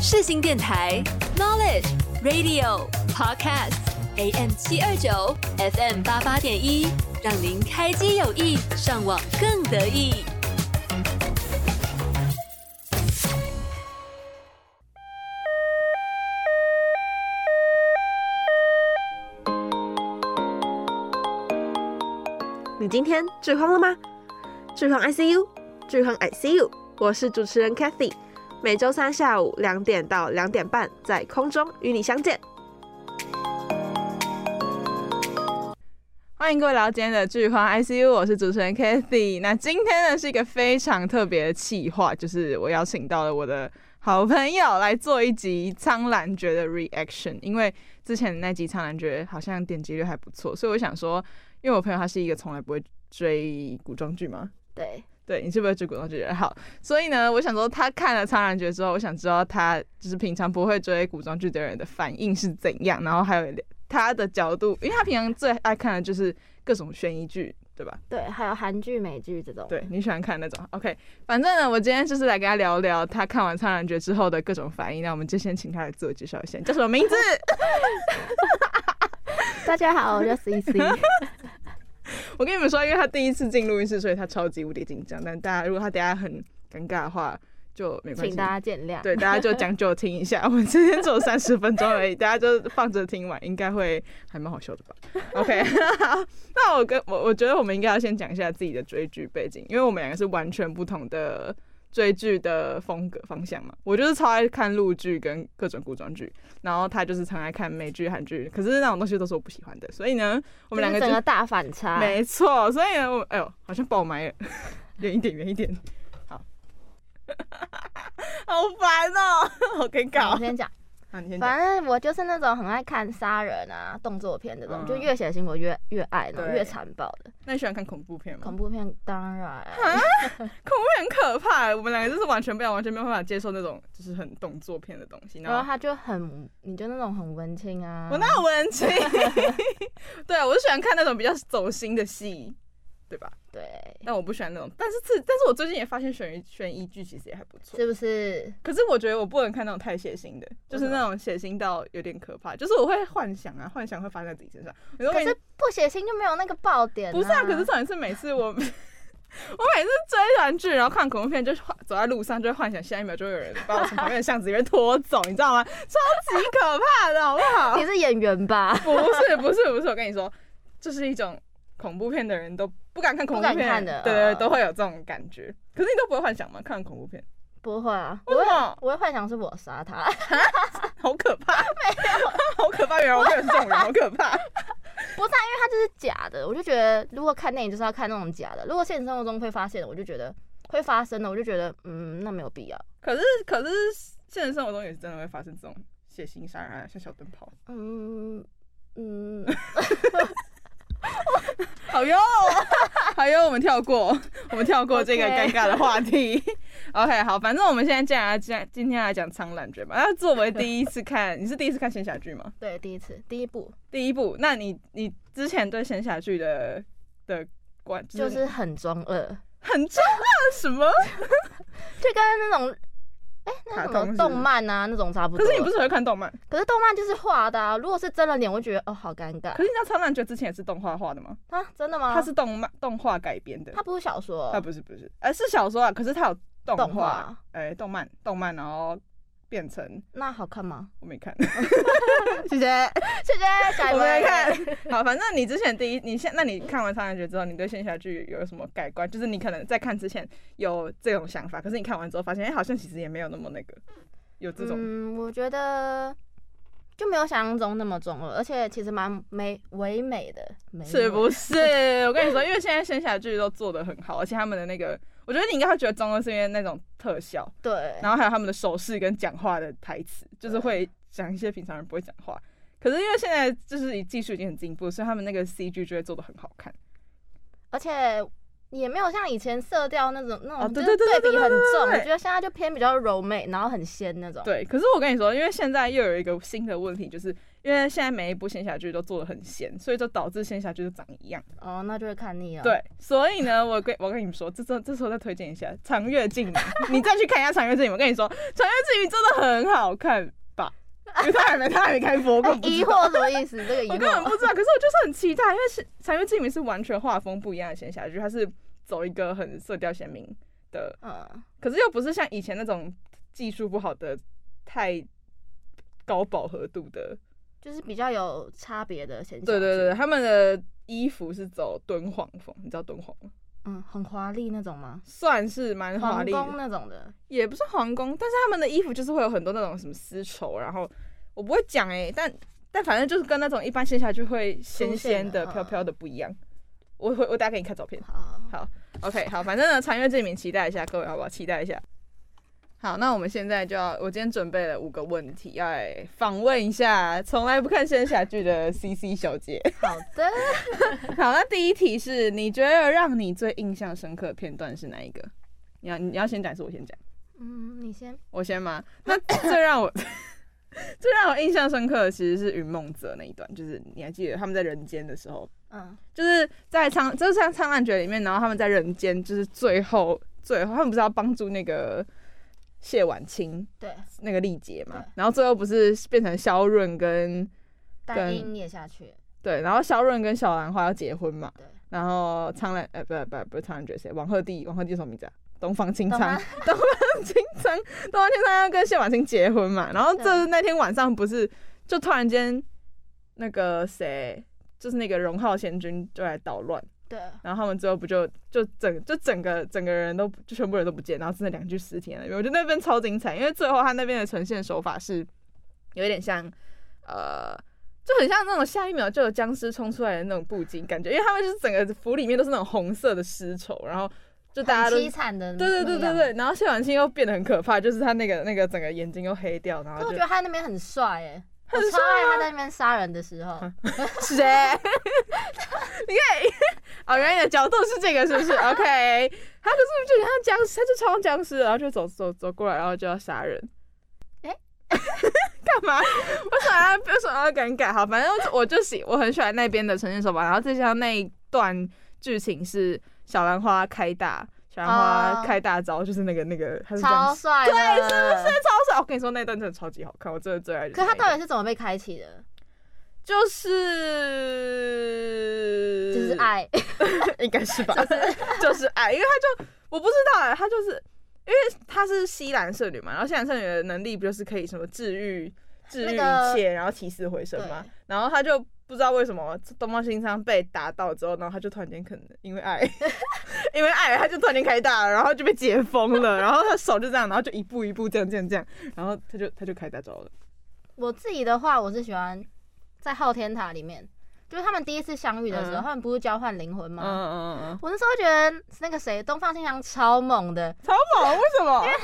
世新电台 Knowledge Radio Podcast AM 七二九 FM 八八点一，让您开机有意，上网更得意。你今天最慌了吗？最慌 ICU，最慌 ICU，我是主持人 Kathy，每周三下午两点到两点半在空中与你相见。欢迎各位来到今天的剧荒 ICU，我是主持人 Kathy。那今天呢是一个非常特别的企划，就是我邀请到了我的好朋友来做一集《苍兰诀》的 reaction，因为之前那集《苍兰诀》好像点击率还不错，所以我想说，因为我朋友他是一个从来不会追古装剧嘛，对，对，你是不是追古装剧的人？好，所以呢，我想说，他看了《苍兰诀》之后，我想知道他就是平常不会追古装剧的人的反应是怎样，然后还有他的角度，因为他平常最爱看的就是各种悬疑剧，对吧？对，还有韩剧、美剧这种。对，你喜欢看那种？OK，反正呢，我今天就是来跟他聊聊他看完《苍兰诀》之后的各种反应。那我们就先请他来自我介绍一下，你叫什么名字？ 大家好，我叫 CC。 我跟你们说，因为他第一次进录音室，所以他超级无敌紧张。但大家如果他等一下很尴尬的话，就没关系，请大家见谅。对，大家就将就听一下。我们今天只有三十分钟而已，大家就放着听完，应该会还蛮好笑的吧？OK，好 那我跟我我觉得我们应该要先讲一下自己的追剧背景，因为我们两个是完全不同的追剧的风格方向嘛。我就是超爱看陆剧跟各种古装剧，然后他就是常爱看美剧、韩剧，可是那种东西都是我不喜欢的。所以呢，我我们两个就整个大反差。没错，所以呢，我哎呦，好像爆麦了，远一点，远一点，好， 好烦哦、好尴好我尬。先讲，啊，你先讲。反正我就是那种很爱看杀人啊、动作片这种，嗯就越血腥我越越爱那种，对越残暴的那你喜欢看恐怖片吗？恐怖片。当然，恐怖片很可怕、我们两个就是完全不一样，完全没有办法接受那种就是很动作片的东西。然后然后他就很，你就那种很文青啊。我那文青， 对啊，我就喜欢看那种比较走心的戏，对吧？对，但我不喜欢那种，但是是，但是我最近也发现悬疑悬疑剧其实也还不错。是不是？可是我觉得我不能看那种太血腥的，就是那种血腥到有点可怕，就是我会幻想啊，幻想会发生在自己身上。你说可每是不血腥就没有那个爆点。不是啊？可是重点是每次我 我每次追完剧，然后看恐怖片，就是幻走在路上就会幻想下一秒就会有人把我从旁边的巷子里面拖走，你知道吗？ 超级可怕的，好不好你？是演员吧？不是不是不是，我跟你说，就是一种恐怖片的人都不敢看恐怖不敢片看的对对，对嗯都会有这种感觉。可是你都不会幻想吗？看恐怖片不会啊，我为什会么？我会幻想是我杀他，好可怕，好可怕，原来我也是这种人，好可怕。不是、啊，因为它就是假的。我就觉得，如果看电影就是要看那种假的。如果现实生活中会发现的，我就觉得会发生的，我就觉得嗯，那没有必要。可是可是现实生活中也是真的会发生这种血腥杀人案，像小灯泡。嗯嗯，好哟， 好哟，我们跳过，我们跳过这个 OK 尴尬的话题。OK，好，反正我们现在既然今今天来讲《苍兰诀》嘛，那作为第一次看，你是第一次看仙侠剧吗？对，第一次第 一部第一部，那你你之前对仙侠剧的的观就是很中二，很重要什么？就跟那种哎、那卡种通是什不么是动漫啊那种差不可多。是你不是很会看动漫？可是动漫就是画的啊，如果是真人脸，我就觉得哦好尴尬可是你知道《苍兰诀》之前也是动画化的吗？啊，真的吗？它是动漫动画改编的，它不是小说，啊，不是不是，呃，是小说啊，可是它有动动画画，哎、动漫动漫，然后变成那好 看吗？我没看，谢谢谢谢，下一我没位。看。好，反正你之前第一，你现那你看完《苍兰诀》之后，你对仙侠剧有什么改观？就是你可能在看之前有这种想法，可是你看完之后发现，哎、好像其实也没有那么那个，有这种、嗯，我觉得就没有想象中那么重了，而且其实蛮美唯美的，美是美不是？ 我跟你说，因为现在仙侠剧都做得很好，而且他们的那个，我觉得你应该会觉得中二是因为那种特效，对，然后还有他们的手势跟讲话的台词，就是会讲一些平常人不会讲话。可是因为现在就是技术已经很进步，所以他们那个 CG 就会做的很好看。而且也没有像以前色调那种那哦种，对就是对对对对比对很对对重。我对觉得现在就偏比较柔美，然后很仙那种。对，可是我跟你说，因为现在又有一个新的问题，就是因为现在每一部仙侠剧都做的很仙，所以就导致仙侠剧都长一样。哦，那就会看腻了。，对，所以呢，我跟我跟你们说，这这这时候再推荐一下《长月烬明》， 你再去看一下《长月烬明》。我跟你说，《长月烬明》真的很好看 吧？因为他还没他还没开播，我根本不知哎疑道惑什么意思？这个疑我根本惑不知道，可是我就是很期待，因为是《长月烬明》是完全画风不一样的仙侠剧，它是走一个很色调鲜明的，嗯，可是又不是像以前那种技术不好的太高饱和度的。就是比较有差别的现象。对对对，，他们的衣服是走敦煌风，你知道敦煌吗？嗯，很华丽那种吗？算是蛮华皇丽的宫，那种的，也不是皇宫，但是他们的衣服就是会有很多那种什么丝绸，然后我不会讲哎、但但反正就是跟那种一般仙侠剧会出仙现仙的嗯的飘飘的不一样。我会我打给你看照片。好， OK，好，反正呢，长月烬明期待一下，各位好不好？期待一下。好，那我们现在就要，我今天准备了五个问题，要来访问一下从来不看仙侠剧的 CC 小姐。好的， 好，那第一题是，你觉得让你最印象深刻的片段是哪一个？你要你要先讲，还是我先讲？嗯，你先，我先吗？那最让我 最让我印象深刻的其实是云梦泽那一段，就是你还记得他们在人间的时候，嗯，就是在苍，就是像《苍兰诀》里面，然后他们在人间，就是最后最后，他们不是要帮助那个谢婉清对，那个丽姐嘛对？然后最后不是变成萧润跟带跟音也下去，对，然后萧润跟小兰花要结婚嘛？对，然后苍兰呃不不不是苍兰诀谁？王鹤棣，王鹤棣什么名字啊？东方青苍，东东方方青苍，东方青苍要跟谢婉清结婚嘛？然后对这那天晚上不是就突然间那个谁，就是那个荣浩贤君就来捣乱。对，然后他们最后不就就整就整个整个人都就全部人都不见，然后剩下两具尸体在那边。我觉得那边超精彩，因为最后他那边的呈现手法是有一点像呃。就很像那种下一秒就有僵尸冲出来的那种布景感觉，因为他们就是整个服里面都是那种红色的尸臭，然后就大家很都凄惨的，对对对对。对，然后谢婉清又变得很可怕，就是他那个那个整个眼睛又黑掉，然可后我就觉得他那边很帅哎，我很超帅啊爱他在那边杀人的时 候，谁？你看，哦，原来你的角度是这个，是不是？OK，他可是就很像僵尸，他就超像僵尸的，然后就走走走过来，然后就要杀人。诶 干嘛？为什么要为什么要尴尬？好，反正我我就喜我很喜欢那边的呈现手法，然后再加上那一段剧情是小兰花开大，小兰花哦开大招，就是那个那个，他是这超样，帅，对，是不是？超帅！我跟你说，那一段真的超级好看，我真的最爱就是可那是一他段。到底是怎么被开启的？就是就是爱， 应该是吧， 就是爱，因为他就我不知道哎、他就是因为他是西兰圣女嘛，然后西兰圣女的能力不就是可以什么治愈治愈那一个切，然后起死回生嘛对，然后他就不知道为什么东方新仓被打到之后，然后他就突然间可能因为爱， 因为爱他就突然间开大了，然后就被解封 了，然后他手就这样，然后就一步一步这样这样这样，然后他就他就开大招了，我自己的话，我是喜欢在昊天塔里面，就是他们第一次相遇的时候，嗯他们不是交换灵魂嗯吗？嗯嗯嗯，我那时候觉得那个谁，东方新娘超猛的，超猛，为什么？竟然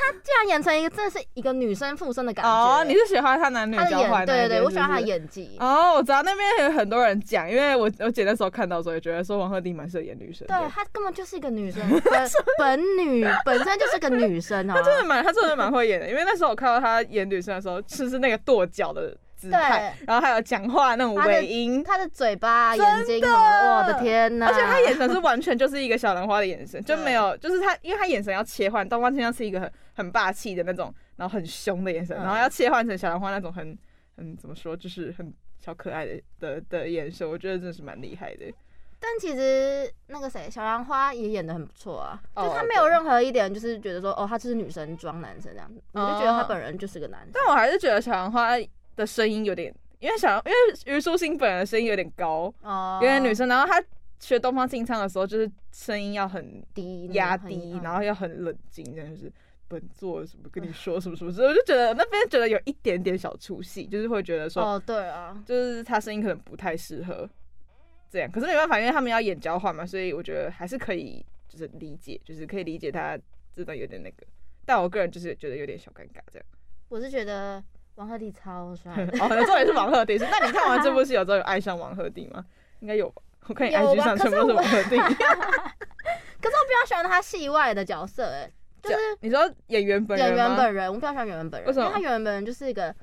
演成一个真的是一个女生附身的感觉。哦，你是喜欢他男女她的交演，换那对对一边对，我喜欢是不她是的演技。哦，我知道那边有很多人讲，因为我我姐那时候看到的时候也觉得说王鹤棣蛮适合演女生对的，她根本就是一个女生，本 本女本身就是个女 生啊。真的蛮她真的蛮会演的，因为那时候我看到她演女生的时候，就是那个跺脚的姿态，然后还有讲话那种她的尾音。她的嘴巴、真的眼睛什么的，我的天哪！而且她眼神是完全就是一个小兰花的眼神，就没有，就是她，因为她眼神要切换，东方青阳是一个很很霸气的那种，然后很凶的眼神，嗯然后要切换成小兰花那种很很怎么说，就是很小可爱的的的眼神，我觉得真的是蛮厉害的。但其实那个谁，小兰花也演的很不错啊，哦就是她没有任何一点就是觉得说，哦，她就是女生装男生这样，我就觉哦得她本人就是个男生。但我还是觉得小兰花的声音有点，因为小因为虞书欣本人的声音有点高，哦有点女生，然后她学东方清唱的时候，就是声音要很低压低，然后要很冷静，真的是本座什么跟你说什么什么之类，我就觉得那边觉得有一点点小出戏，就是会觉得说，哦，对啊，就是她声音可能不太适合这样，可是没办法，因为他们要演交换嘛，所以我觉得还是可以，就是理解，就是可以理解她真的有点那个，但我个人就是觉得有点小尴尬这样。我是觉得王鹤棣超 帅的，哦，那重点是王鹤棣是。那你看完这部戏有之后有爱上王鹤棣吗？应该有吧。我看你有 IG 吧上全部都是王鹤棣。 可是我比较喜欢他戏外的角色、哎，就是你说演员本人演吗员本人，我比较喜欢演员本人，为什因么为他演员本人就是一个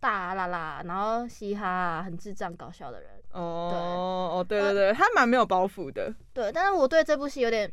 大啦啦，然后嘻哈啊、很智障搞笑的人。哦哦，对对对，他蛮没有包袱的。对，但是我对这部戏有点，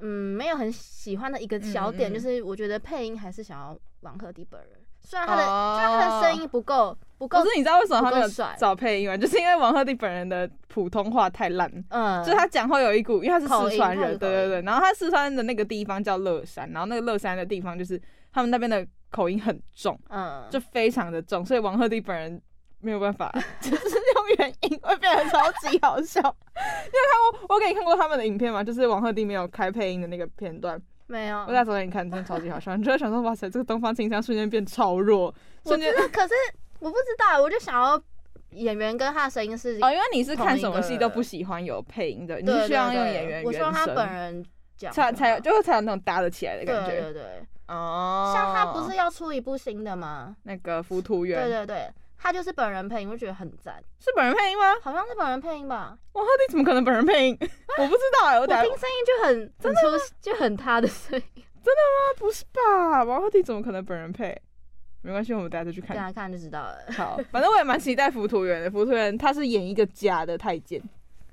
嗯，没有很喜欢的一个小点，嗯嗯就是我觉得配音还是想要王鹤棣本人，虽然他的、哦虽然他的声音不够不够可，是你知道为什么他没有不够帅找配音吗？就是因为王鹤棣本人的普通话太烂，嗯，就是他讲话有一股，因为他是口四音川他有人，对口对音对。然后他四川的那个地方叫乐山，然后那个乐山的地方就是他们那边的口音很重，嗯，就非常的重，所以王鹤棣本人没有办 法，就是用原音会变得超级好 笑。你有看过我给你看过他们的影片吗？就是王鹤棣没有开配音的那个片段，没有我。那时候给你看，真的超级好笑。你就会想说，哇塞，这个东方青香瞬间变超 弱，我瞬间知道，可是我不知道，我就想要演员跟他的声音是哦，因为你是看同一什么个戏都不喜欢有配音的，你对是需要对用对演员我原希望他本声，人讲才才有好就是才有那种搭得起来的感觉对对对，哦。像他不是要出一部新的吗？那个浮屠对员对对，他就是本人配音，我觉得很赞，是本人配音吗？好像是本人配音吧？王鹤棣怎么可能本人配 音？我不知道哎，我我打听声音就很很出就很他的声音，不是吧？王鹤棣怎么可能本人配？没关系，我们大家再去给看。他 看就知道了。好，反正我也蛮期待浮屠员的。浮屠员他是演一个假的太监。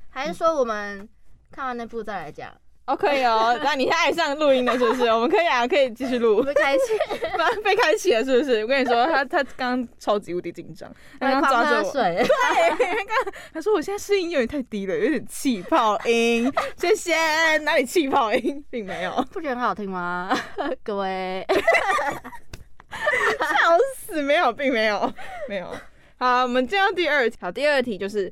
还嗯是说我们看完那部再来 讲？哦，可以哦。那你现在爱上录音了是不是？我们可以啊，可以继续录 我。们 开始被开启了是不是？我跟你说，他他刚刚超级无敌紧张，他来刚狂抓着喝我，水， 他说我现在声音有点太低了，有点气泡音，谢谢。哪里气泡音，并没有，不觉得很好 听吗？各位，笑死，没有，并没有，没有。好，我们进到第二题。好，第二题就是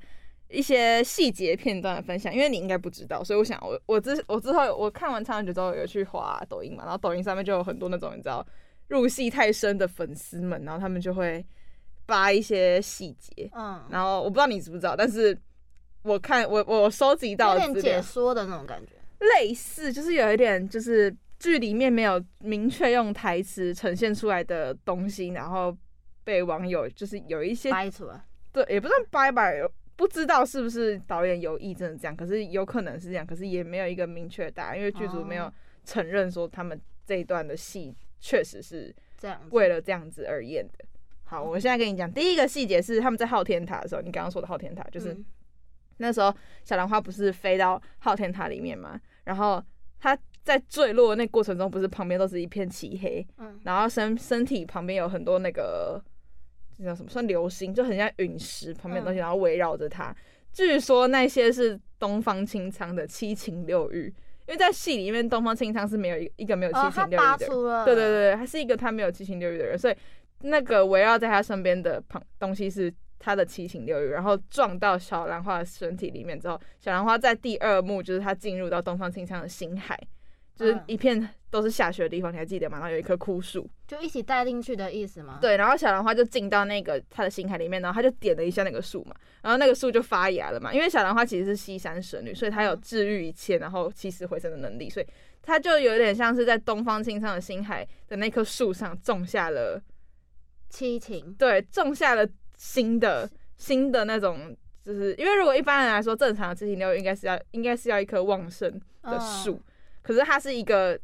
一些细节片段的分享，因为你应该不知道，所以我想我我之我之后有我看完《苍兰诀》之后有去滑抖音嘛，然后抖音上面就有很多那种你知道入戏太深的粉丝们，然后他们就会扒一些细节， 嗯，然后我不知道你知不知道，但是我看我我收集到的有点资解料说的那种感觉。类似，就是有一点就是剧里面没有明确用台词呈现出来的东西，然后被网友就是有一些掰出来，对也不算掰吧，有不知道是不是导演有意真的这样，可是有可能是这样，可是也没有一个明确的答案，因为剧组没有哦承认说他们这一段的戏确实是这样子。为了这样子而演的。好，我现在跟你讲，第一个细节是他们在昊天塔的时候，你刚刚说的昊天塔，就是嗯那时候小兰花不是飞到昊天塔里面嘛，然后她在坠落的那过程中，不是旁边都是一片漆黑，嗯然后身身体旁边有很多那个这叫什么，算流星，就很像陨石旁边的东嗯西，然后围绕着它。据说那些是东方青苍的七情六欲，因为在戏里面东方青苍是没有一一个没有七哦，他情六欲拔的人。出了，对对，对，他是一个他没有七情六欲的人，所以那个围绕在他身边的旁东西是他的七情六欲，然后撞到小兰花的身体里面之后，小兰花在第二幕就是他进入到东方青苍的星海，就是嗯一片都是下雪的地方，你还记得吗？然后有一棵枯树，就一起带进去的意思吗？，对，然后小兰花就进到那个他的心海里面，然后他就点了一下那个树嘛，然后那个树就发芽了嘛。因为小兰花其实是西山神女，所以她有治愈一切，然后起死回生的能力，所以她就有点像是在东方青苍的心海的那棵树上种下了，七情，对，种下了新的新的那种。就是因为如果一般人来说，正常的七情六欲应该是要应该是要一棵旺盛的嗯树，可是它是一个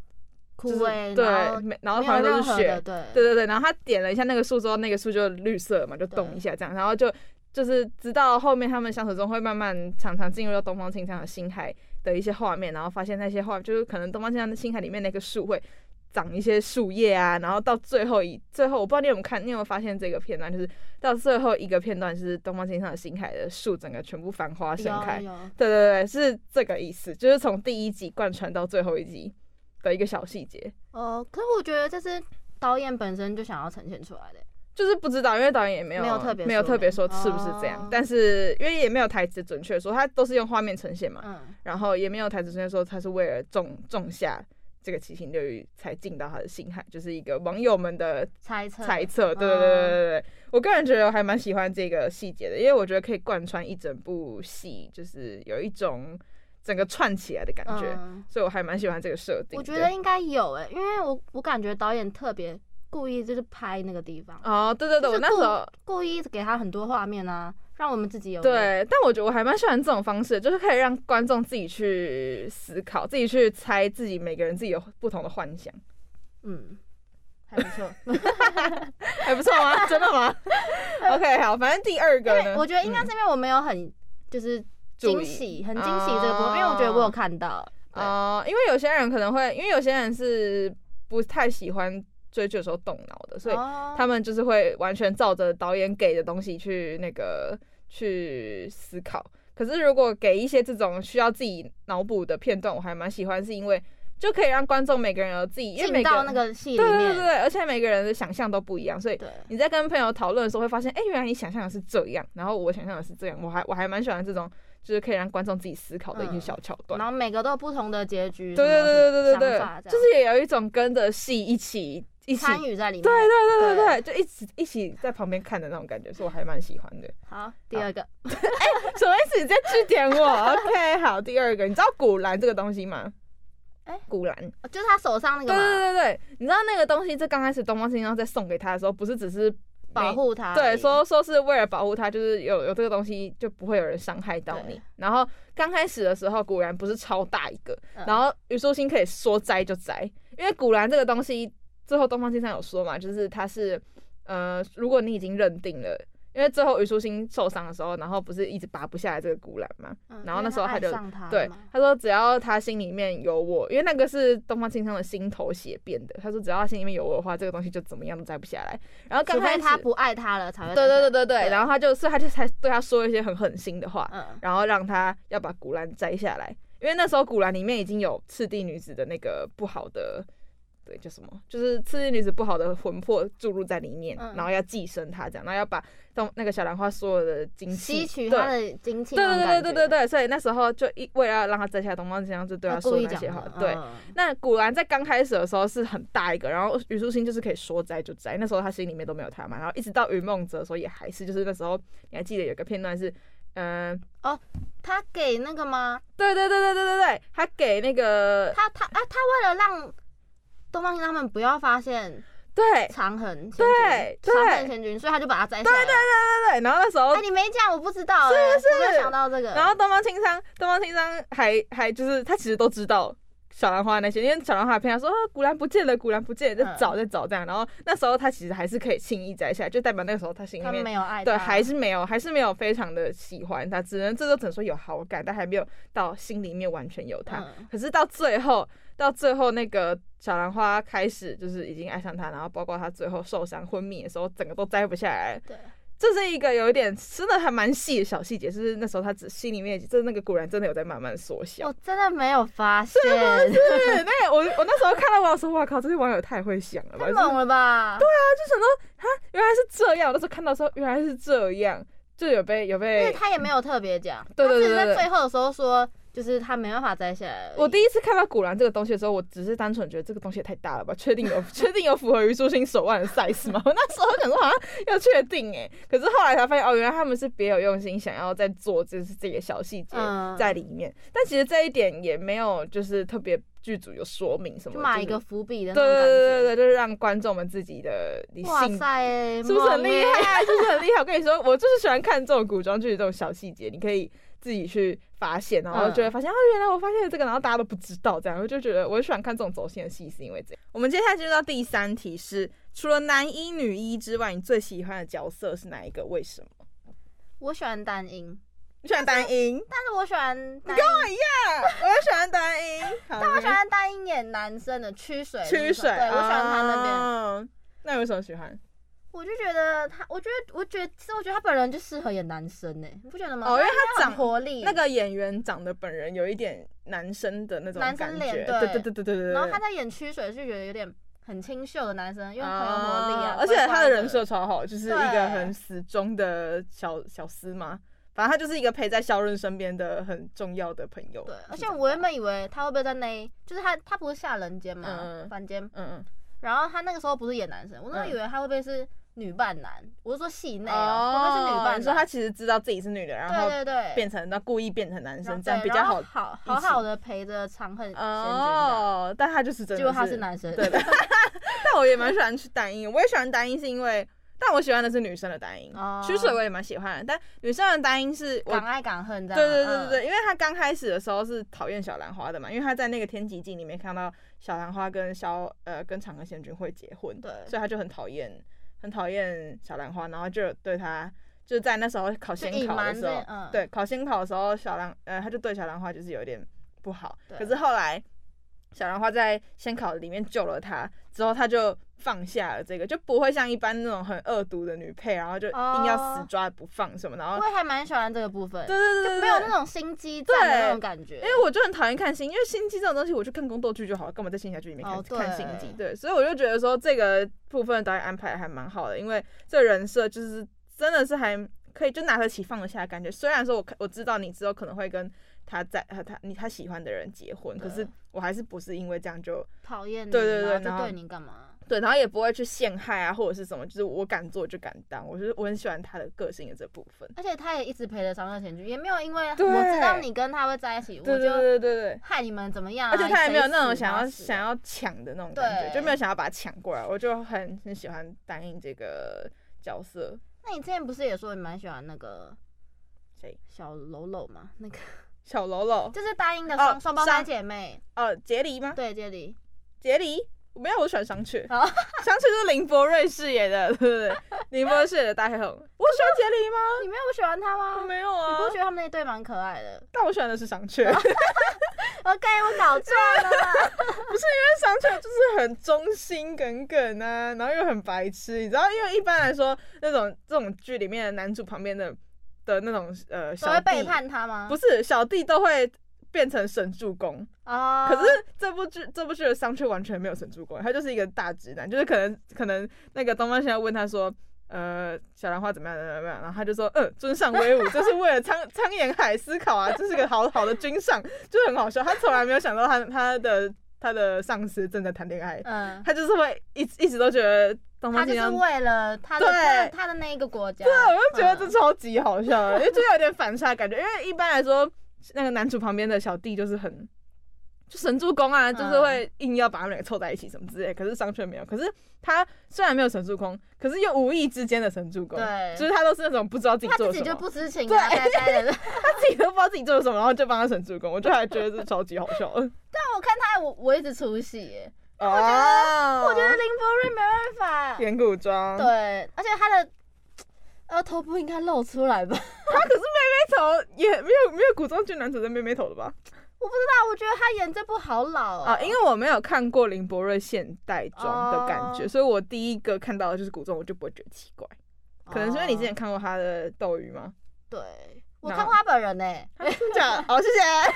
枯就是萎，对然后，没然后没旁有边都任是何雪，的，对对，对对，然后他点了一下那个树之后，那个树就绿色嘛，就动一下这样，然后就就是直到后面他们相处中会慢慢常常进入到东方青苍的星海的一些画面，然后发现那些画就是可能东方青苍的星海里面那个树会长一些树叶啊，然后到最后一最后我不知道你有没有看，你有没有发现这个片段，就是到最后一个片段就是东方青苍的星海的树整个全部繁花盛开有，有，对对对，是这个意思，就是从第一集贯穿到最后一集的一个小细节。哦，可是我觉得这是导演本身就想要呈现出来的，就是不知道，因为导演也没有没有特别说没有特别说明是不是这样，哦但是因为也没有台词准确说，他都是用画面呈现嘛，嗯，然后也没有台词准确说他是为了种种下这个七情六欲才进到他的心海，就是一个网友们的猜测，嗯猜测。对对对对对对，我个人觉得我还蛮喜欢这个细节的，因为我觉得可以贯穿一整部戏，就是有一种整个串起来的感觉，嗯所以我还蛮喜欢这个设定的。我觉得应该有诶，因为我我感觉导演特别故意就是拍那个地方，哦，对对对，就是我那故时候故意给他很多画面啊，让我们自己有对，但我觉得我还蛮喜欢这种方式，就是可以让观众自己去思考，自己去猜自己每个人自己有不同的幻想。嗯，还不 错。还不错 吗？真的吗？OK，好，反正第二因个为呢，我觉得应该嗯是因为我没有很就是注意啊惊喜，很惊喜这个部分，因为我觉得我有看到。对哦、因为有些人可能会，因为有些人是不太喜欢追剧的时候动脑的，所以哦他们就是会完全照着导演给的东西去那个去思考。可是如果给一些这种需要自己脑补的片段，我还蛮喜欢，是因为就可以让观众每个人有自己，因为每进个到人那个戏里对对对面，对，而且每个人的想象都不一样，所以对，你在跟朋友讨论的时候会发现，哎、原来你想象的是这样，然后我想象的是这样，我还我还蛮喜欢这种，就是可以让观众自己思考的一些嗯小桥段。然后每个都有不同的结局，对对对对对对什么想法对，这样就是也有一种跟着戏一起一起，参对与在里面。对对对对对，就一起一起在旁边看的那种感觉，所以我还蛮喜欢的。好，第二个 什么意思？你在指点我 ？OK，好，第二个，你知道古兰这个东西吗？哎古兰，哦就是他手上那对个对嘛，对对，你知道那个东西，这刚开始东方青要在送给他的时候，不是只是保每护他而已。对，说说是为了保护他，就是有有这个东西就不会有人伤害到你对。然后刚开始的时候，古兰不是超大一个，嗯然后虞书欣可以说摘就摘，因为古兰这个东西，最后东方青山有说嘛，就是他是呃，如果你已经认定了。因为最后虞书欣受伤的时候，然后不是一直拔不下来这个古兰嘛，嗯，然后那时候因他为就爱上他对了嘛，他说只要他心里面有我，因为那个是东方青山的心头血变的，他说只要他心里面有我的话，这个东西就怎么样都摘不下来。然后刚除开始非他不爱他了才会。对对对，对对，对然后他就所以他就才对他说一些很狠心的话，嗯，然后让他要把古兰摘下来，因为那时候古兰里面已经有赤地女子的那个不好的，对叫什么，就是赤地女子不好的魂魄注入在里面，嗯然后要寄生她这样，然后要把东那个小兰花所有的精气吸取对他的精气对那种对感觉。对对对对，所以那时候就一为了要让他摘下东方之星，就对啊他说故意那讲些的话，对。嗯那古兰在刚开始的时候是很大一个，然后虞书欣就是可以说摘就摘，那时候她心里面都没有他嘛，然后一直到云梦泽的时候也还是，就是那时候你还记得有一个片段是，嗯、他给那个吗？对对对对对对对，他给那个他他啊，他为了让东方青他们不要发现对对长恒千对军，长对恒千军，所以他就把它摘下来。对对对，对，然后那时候哎，你没讲，我不知道，是是啊我没有想到这个。然后东方青商，东方青商还还就是他其实都知道小兰花那些，因为小兰花骗他说、啊、古兰不见了，古兰不见了，嗯在找在找这样。然后那时候他其实还是可以轻易摘下来，就代表那个时候他心里他面没有爱他，对还是没有还是没有非常的喜欢他，只能这就只能说有好感，但还没有到心里面完全有他。嗯可是到最后，到最后那个小兰花开始就是已经爱上他，然后包括他最后受伤昏迷的时候，整个都摘不下来。对，这是一个有一点真的还蛮细的小细节，就是那时候他只心里面就是那个果然真的有在慢慢缩小我。真的没有发现，对，那我我那时候看到网友说，哇靠，这些网友太会想了吧，太就是猛了吧？对，就想说啊，原来是这样。我那时候看到说原来是这样，就有被有而且被。他也没有特别讲，对对对对他只是在对最后的时候说，就是他没办法摘下来而已。我第一次看到古兰这个东西的时候，我只是单纯觉得这个东西也太大了吧？确定有 确定有符合虞书欣手腕的 size 吗？我 那时候想说好像要确定哎、可是后来才发现哦，原来他们是别有用心，想要在做就是这个小细节嗯在里面。但其实这一点也没有就是特别剧组有说明什么，就埋一就个是伏笔的那对种对感对觉。对对，就是让观众们自己的理哇性。塞，是不是很猛厉欸？害？啊是不是很厉害？我跟你说，我就是喜欢看这种古装剧这种小细节，你可以自己去发现，然后就会发现、哦，原来我发现了这个，然后大家都不知道，这样我就觉得我喜欢看这种走心的戏，是因为这样。我们接下来进入到第三题是，除了男一女一之外，你最喜欢的角色是哪一个？为什么？ 我喜欢单音，你喜欢单音？但是我喜欢单啊我也喜欢单音，但我喜欢单音演男生的曲水那种，曲水，对我喜欢他那边，哦那你为什么喜欢？我就觉得他，我觉得，我觉得，其实我觉得他本人就适合演男生呢、你不觉得吗？哦因为他他很长活力，那，个演员长得本人有一点男生的那种男感生觉，脸对对对对对对对。然后对他在演曲水就觉得有点很清秀的男生，因为很有活力啊，而且乖乖他的人设，超好，就是一对个很死忠的小小厮嘛。反正他就是一个陪在肖润身边的很重要的朋友。对，而是且这样我原本以为他会不会在那一，就是他他不是下人间嘛，嗯凡间，嗯然后他那个时候不是演男生，我那时嗯候以为他会不会是女扮男，我是说戏内嗯，哦，会不会是女扮你说他男？其实知道自己是女的，然后对对对，变成那故意变成男然后生，这样对比较然好后。好好好的陪着长恨仙君的，哦，但他就是真的， 结果他是男生，对的。但我也蛮喜欢去单音，我也喜欢单音是因为但我喜欢的是女生的单音哦，曲水我也蛮喜欢的，但女生的单音是我敢爱敢恨这样。对对对对对，嗯，因为他刚开始的时候是讨厌小兰花的嘛，因为他在那个天极镜里面看到小兰花跟萧呃跟长河贤君会结婚，对所以他就很讨厌很讨厌小兰花，然后就对他就在那时候考就仙隐考的瞒时候这，嗯对考仙考的时候，小兰呃他就对小兰花就是有点不好，对可是后来小兰花在仙考里面救了他之后，他就。放下了这个，就不会像一般那种很恶毒的女配，然后就硬要死哦抓不放什么，然后我也还蛮喜欢这个部分，对对对对，没有对那种心机战的对那种感觉。因为我就很讨厌看星，因为星际这种东西，我去看宫斗剧就好了，干嘛在仙侠剧里面看、哦对看星际？对，所以我就觉得说这个部分导演安排还蛮好的，因为这人设就是真的是还可以就拿得起放得下的感觉。虽然说我看我知道你之后可能会跟他在和他你他喜欢的人结婚，对啊可是我还是不是因为这样就讨厌你，对对对然后就然后对你干嘛？对，然后也不会去陷害啊或者是什么，就是我敢做就敢当，我就是我很喜欢他的个性的这部分。而且他也一直陪着长乐贤君，也没有因为我对知道你跟他会在一起，我对对就对对对。害你们怎么样啊、而且他也没有那种谁死想要然后死啊想要抢的那种感觉，对就没有想要把他抢过来。我就很很喜欢单应这个角色，那你之前不是也说你蛮喜欢那个谁？小喽喽吗？那个 小喽喽，就是大英的哦双双胞胎上姐妹，哦，杰里吗？对，这里杰里，没有，我喜欢商榷。 哦商榷是林柏瑞饰演的，对不 对？林柏瑞饰演的大黑熊，我喜欢杰里吗？你没有喜欢她吗？没有你啊不，觉得哦他们那一对蛮可爱的 但我喜欢的是商榷，因为？OK，我搞错了。 商榷就是很忠心耿耿啊，然后又很白痴，你知道？因为一般来说，那种这种剧里面的男主旁边的的那种呃所小谓弟背叛他吗？不是是小弟都会变成神助攻，啊，可是这部剧这部剧的商榷完全没有神助攻，他就是一个大直男，就是可能可能那个东方现在问他说。呃，小兰花怎么样？怎么样？怎么样？然后他就说，嗯，尊上威武，就是为了苍苍岩海思考啊，这是个好好的君上，就是很好笑。他从来没有想到他他的他的上司正在谈恋爱，嗯，他就是会一一直都觉得东他方就先是生为了他的对他的他的那一个国家，对啊，我就觉得这嗯超级好笑的，因为就有点反差感觉。因为一般来说，那个男主旁边的小弟就是很就神助攻嗯啊，就是会硬要把他们两个凑在一起什么之类的。可是商榷没有，可是他虽然没有神助攻，可是又无意之间的神助攻，对就是他都是那种不知道自己他做自了什己么就，不知情啊，呆呆的。 他自己都不知道自己做了什么，然后就帮他神助攻，我就还觉得这超级好 笑的。但我看他，我我一直出戏耶，哦，我觉得林柏瑞没办法。 演古装，对，而且他的呃头不应该露出来吧？他可是妹妹头也没有没有古装剧男主的妹妹头的吧？我不知道，我觉得他演这部好老哦啊，因为我没有看过林柏瑞现代装的感觉，哦所以我第一个看到的就是古装，我就不会觉得奇怪。可能是因为你之前看过他的《斗鱼》吗？哦 对，我那看过他本人呢、真假？哦，谢谢。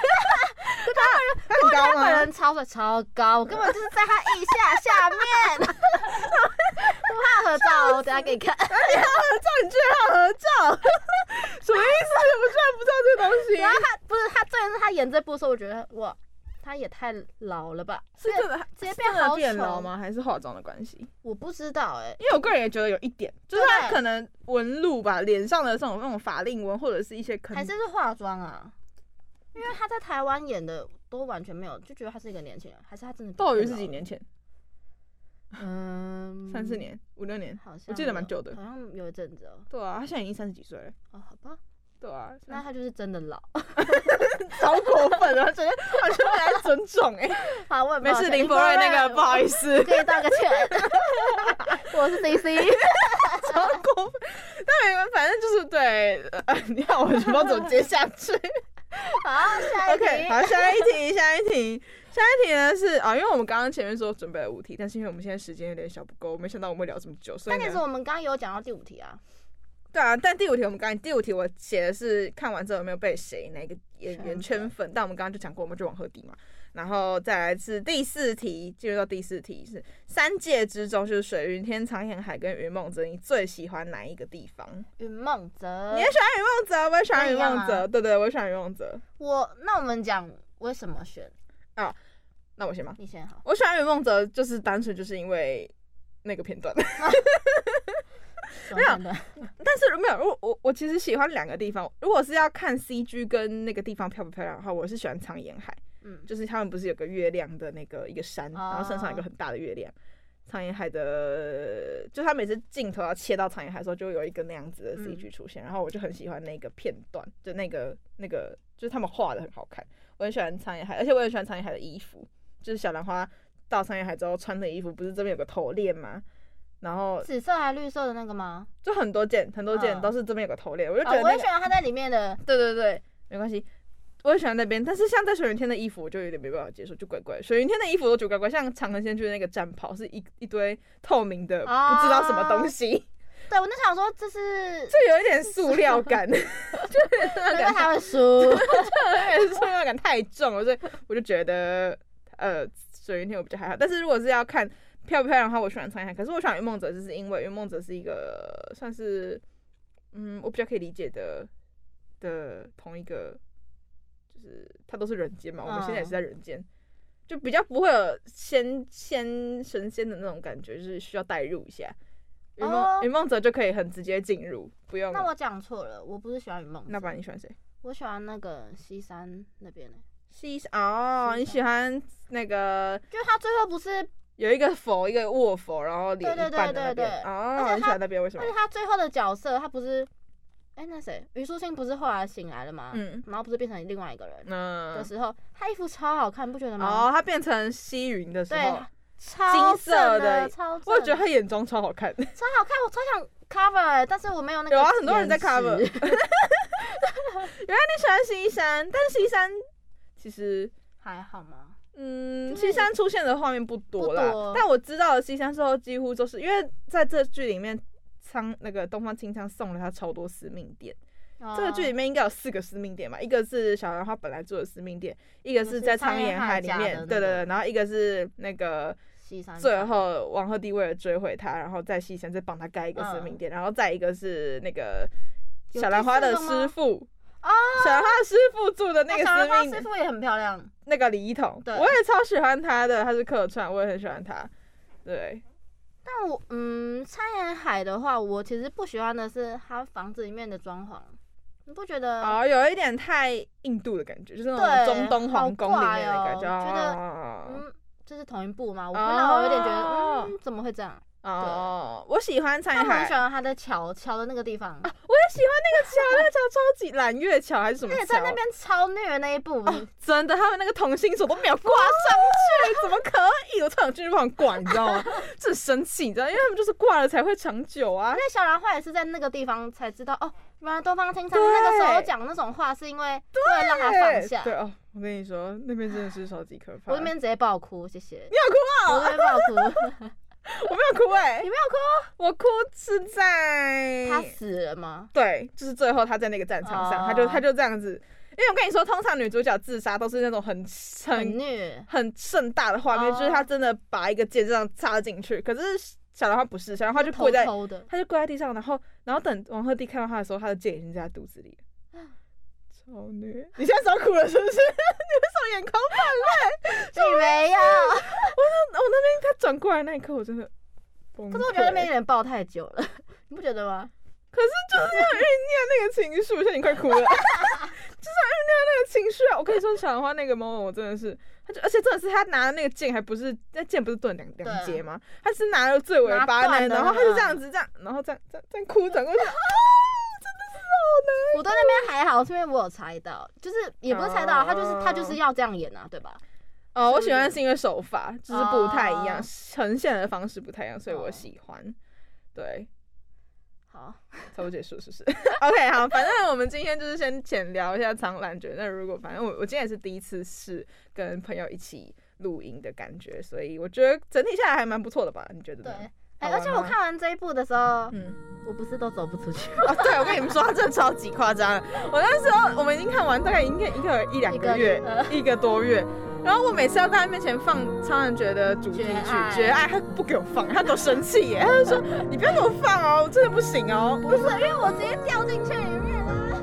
他很高 他本吗？人超帅超高，我根本就是在他腋 下下面。我怕合照哦，我等下给你看。你居然要合照？ 什么意思？我居然不知道这然后东他不是他，最是他演这部的时候，我觉得哇，他也太老了吧？西。是真的直接是变真的好变丑老？吗？还是化妆的关系？我不知道哎、因为我个人也觉得有一点，就是对他可能纹路吧，脸上的这种那种法令纹，或者是一些可能还是是化妆啊？因为他在台湾演的都完全没有，就觉得他是一个年轻人，还是他真的？哦斗鱼是几？年前？嗯，三四，年、五六年？好像我记得蛮有久的好像有一阵子哦。对啊，他现在已经三十几岁了。哦，好吧，对啊，那他就是真的老。 超过分啊 了，觉得完全没来尊重哎、好，我 也没抱事，歉林柏瑞那 个不好意思，可以道个 歉。我是 C C，超过分。但没反正就是对，呃，你看我就不知道怎么接下 去。好，下一题。 OK，好，下一题，下一题，下一题呢是啊、因为我们刚刚前面说准备了五题，但是因为我们现在时间有点小不够，没想到我们会聊这么久，所以但其实呢，我们刚刚有讲到第五题啊，对啊，但第五题我们刚才第五题我写的是看完之后有没有被谁哪个演员圈圈粉，但我们刚刚就讲过，我们就往后底嘛。然后再来是第四题，进入到第四题是三界之中，就是水云天、苍岩海跟云梦泽，你最喜欢哪一个地方？云梦泽你也。喜欢云梦泽，我也喜欢云梦跟你一样泽，呃啊对对，我也喜欢云梦泽。我那我们讲为什么选？那我先吧，你先好。我喜欢云梦泽就是单纯就是因为那个片段， 没有，但是没有，如果我我其实喜欢两个地方，如果是要看 CG 跟那个地方漂不漂亮的话，我是喜欢苍岩海。嗯，就是他们不是有个月亮的那个一个山，哦然后身上有个很大的月亮。苍蝇海的，就他每次镜头要切到苍蝇海的时候，就会有一个那样子的嗯 CG 出现，然后我就很喜欢那个片段，就那个那个，就是他们画的很好看，我很喜欢苍蝇海，而且我很喜欢苍蝇海的衣服，就是小兰花到苍蝇海之后穿的衣服，不是这边有个头链吗？然后紫色还绿色的那个吗？就很多件，很多件嗯都是这边有个头链，我就觉啊，得我那也个喜欢他在里面的，对对对，没关系。我也喜欢那边，但是像在水云天的衣服，我就有点没办法接受，就怪怪。水云天的衣服我觉得怪怪，像长恒仙居的那个战袍是一一堆透明的，啊不知道什么东西，对我那想说这是，就有一点塑料感，就有点塑料难怪感，他会输。 有点塑料感太重了，所以我就觉得呃水云天我比较还好。但是如果是要看漂不漂亮的话，我喜欢苍海，可是我喜欢云梦泽，就是因为云梦泽是一个算是嗯我比较可以理解的的同一个，就是它都是人间嘛，我们现在也是在人间。就比较不会有仙仙神仙的那种感觉，就是需要代入一下。云哦梦云梦泽就可以很直接进入，不用。那我讲错了，我不是喜欢云梦泽，那不然你喜欢谁？我喜欢那个西山那边的，西哦，西你山喜欢那个就是他最后不是，有一个佛，一个卧佛，然后脸对对一半的对那边对对而哦，且你喜他欢那边为什么但是？他最后的角色，他不是，哎、那谁，虞书欣不是后来醒来了吗？嗯然后不是变成另外一个人的嗯，时候，他衣服超好看，不觉得哦，吗？他变成西云的时对候，，超金色正的超正我也觉得他眼妆超好 看，超好看，我超想 cover，但是我没有那个有颜值。啊很多人在 cover 原来你喜欢西山，但是西山其实。还好吗？嗯，就是西山出现的画面不多啦，不多但我知道的西山之后几乎都是因为在这剧里面，苍那个东方青苍送了他超多私命店，这个剧里哦面应该有四个司命店嘛，一个是小兰花本来住的司命店，一嗯个是在苍岩海里面，就是苍岩海家的那个对对对，然后一个是那个西山最上后王鹤棣为了追回他，然后在西山再帮他盖一个司命店，然后再一个是那个嗯有小兰花的第四个吗师傅。哦，啊小兰花的师傅住的那个小兰花司师命，傅也很漂亮，那个李一桐，对我也超喜欢他的，他是客串，我也很喜欢他。对，但我嗯，苍岩海的话，我其实不喜欢的是他房子里面的装潢，你不觉得？哦，有一点太印度的感觉，就是那嗯对种中东皇宫里面的好怪哦感觉。觉得哦嗯，这是同一部吗？我看到我有点觉得，哦嗯，怎么会这样？哦，我喜欢苍但蝇我很海喜，欢他的桥桥的那个地方，我也喜欢那个桥，那个桥超级揽月桥还是什么而且桥哎在？那边超虐那一部，真的，他们那个同心锁都没有挂上去，怎么可以？我超想进去帮忙挂，你知道 吗？这很生气，你知道，因为他们就是挂了才会长久啊。那小兰花也是在那个地方才知道哦，原来东方青苍那个时候对讲那种话是因为为了让他放下对。哦，我跟你说，那边真的是超级可怕。我那边直接爆哭，谢谢。你有哭我啊？那边爆哭，我没有哭哎、 你没有啊我哭是在 哭？他死了吗？对，就是最后他在那个战场上，哦他就他就这样子。因为我跟你说，通常女主角自杀都是那种很很虐，很盛大的画面，哦就是他真的把一个箭这样插进去。可是小兰花不是，小兰花就偷跪在，偷的，他就跪在地上，然后然后等王鹤棣看到他的时候，他的箭已经在他肚子里了。超虐！你现在早哭了是不是？你 为什么眼眶泛泪？你没有。我那边他转过来那一刻，我真的崩溃。可是我觉得那边有点爆太久了， 你不觉得吗？可是就是要酝酿那个情绪，我现在已经快哭了，就是要酝 酿那个情绪啊！我跟你说，小兰花那个 moment 我真的是，他就而且真的是他拿的那个剑，还不是那剑不是钝两两截吗？他是拿了最尾巴那，拿断的然后他就这样子这样，然后这样这样这样哭转过 去，啊，我对那边还好，是因为我有猜到，就是也不是猜到，他就是他就是要这样演啊，对吧？哦，我喜欢是因为手法就是不太一样哦，呈现的方式不太一样，所以我哦喜欢。对，好，差不多结束是不是？OK，好，反正我们今天就是先浅聊一下苍兰诀。那如果反正我我今天也是第一次是跟朋友一起录音的感觉，所以我觉得整体下来还蛮不错的吧？你觉得对呢？。哎、好玩吗而且我 看完这一部的时候，嗯，我不是都走不出去，哦，对，我跟你们 说，它真的超级夸张的。我那时候我们已经看完，大概应该一个一两个月一个，呃一个多月。然后我每次要在他面前放《苍兰诀》的主题曲绝爱《绝爱》，他不给我放，他都生气耶，他就说：“你不要给我放哦，我真的不行哦。”不是因为我直接掉进去里面啊了。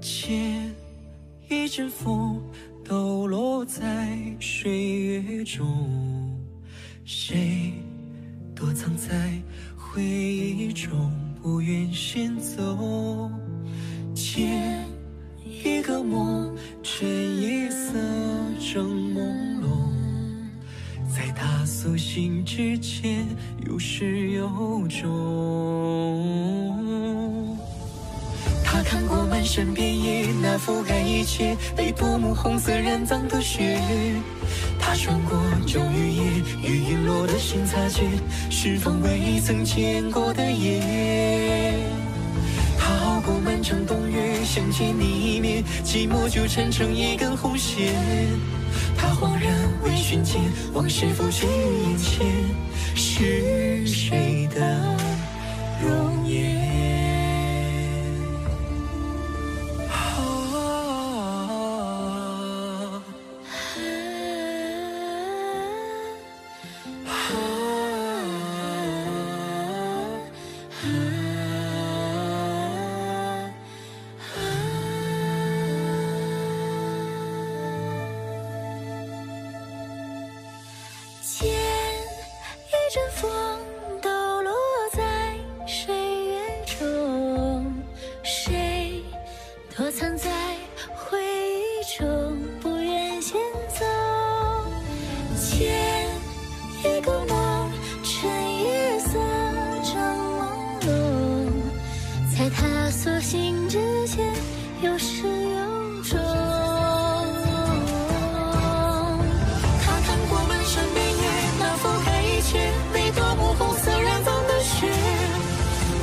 切，一阵风抖落在水月中，谁躲藏在回忆中不愿先走？切，一个梦，趁夜色正朦胧。在他苏醒之前有始有终。他看过满山遍野那覆盖一切被夺目红色染脏的雪，他穿过终于夜与陨落的心擦肩，释放未曾见过的夜。他熬过漫长冬月，想见你一面，寂寞纠缠成一根红线。他恍然微醺间，往事浮现于眼前，是谁的容颜？啊啊啊间，一阵风抖落在水月中，谁躲藏在回忆中不愿先走？间，一个梦，趁夜色正朦胧，在他苏醒之前有始有终。他看过漫山遍野，那覆盖一切被夺目红色染脏的雪。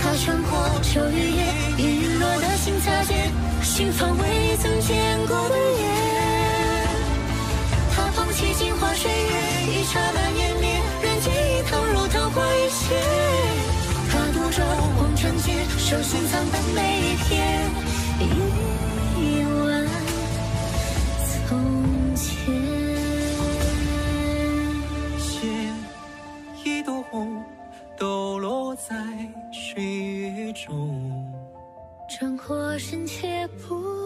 他穿过秋雨夜，与陨落的心擦肩，寻访未曾见过的夜。他放弃镜花水月，一刹那湮灭，任记忆淌入昙花一现。他独酌望穿街，手心苍白每一天。一万从前。切，一朵红抖落在水月中。转过身却不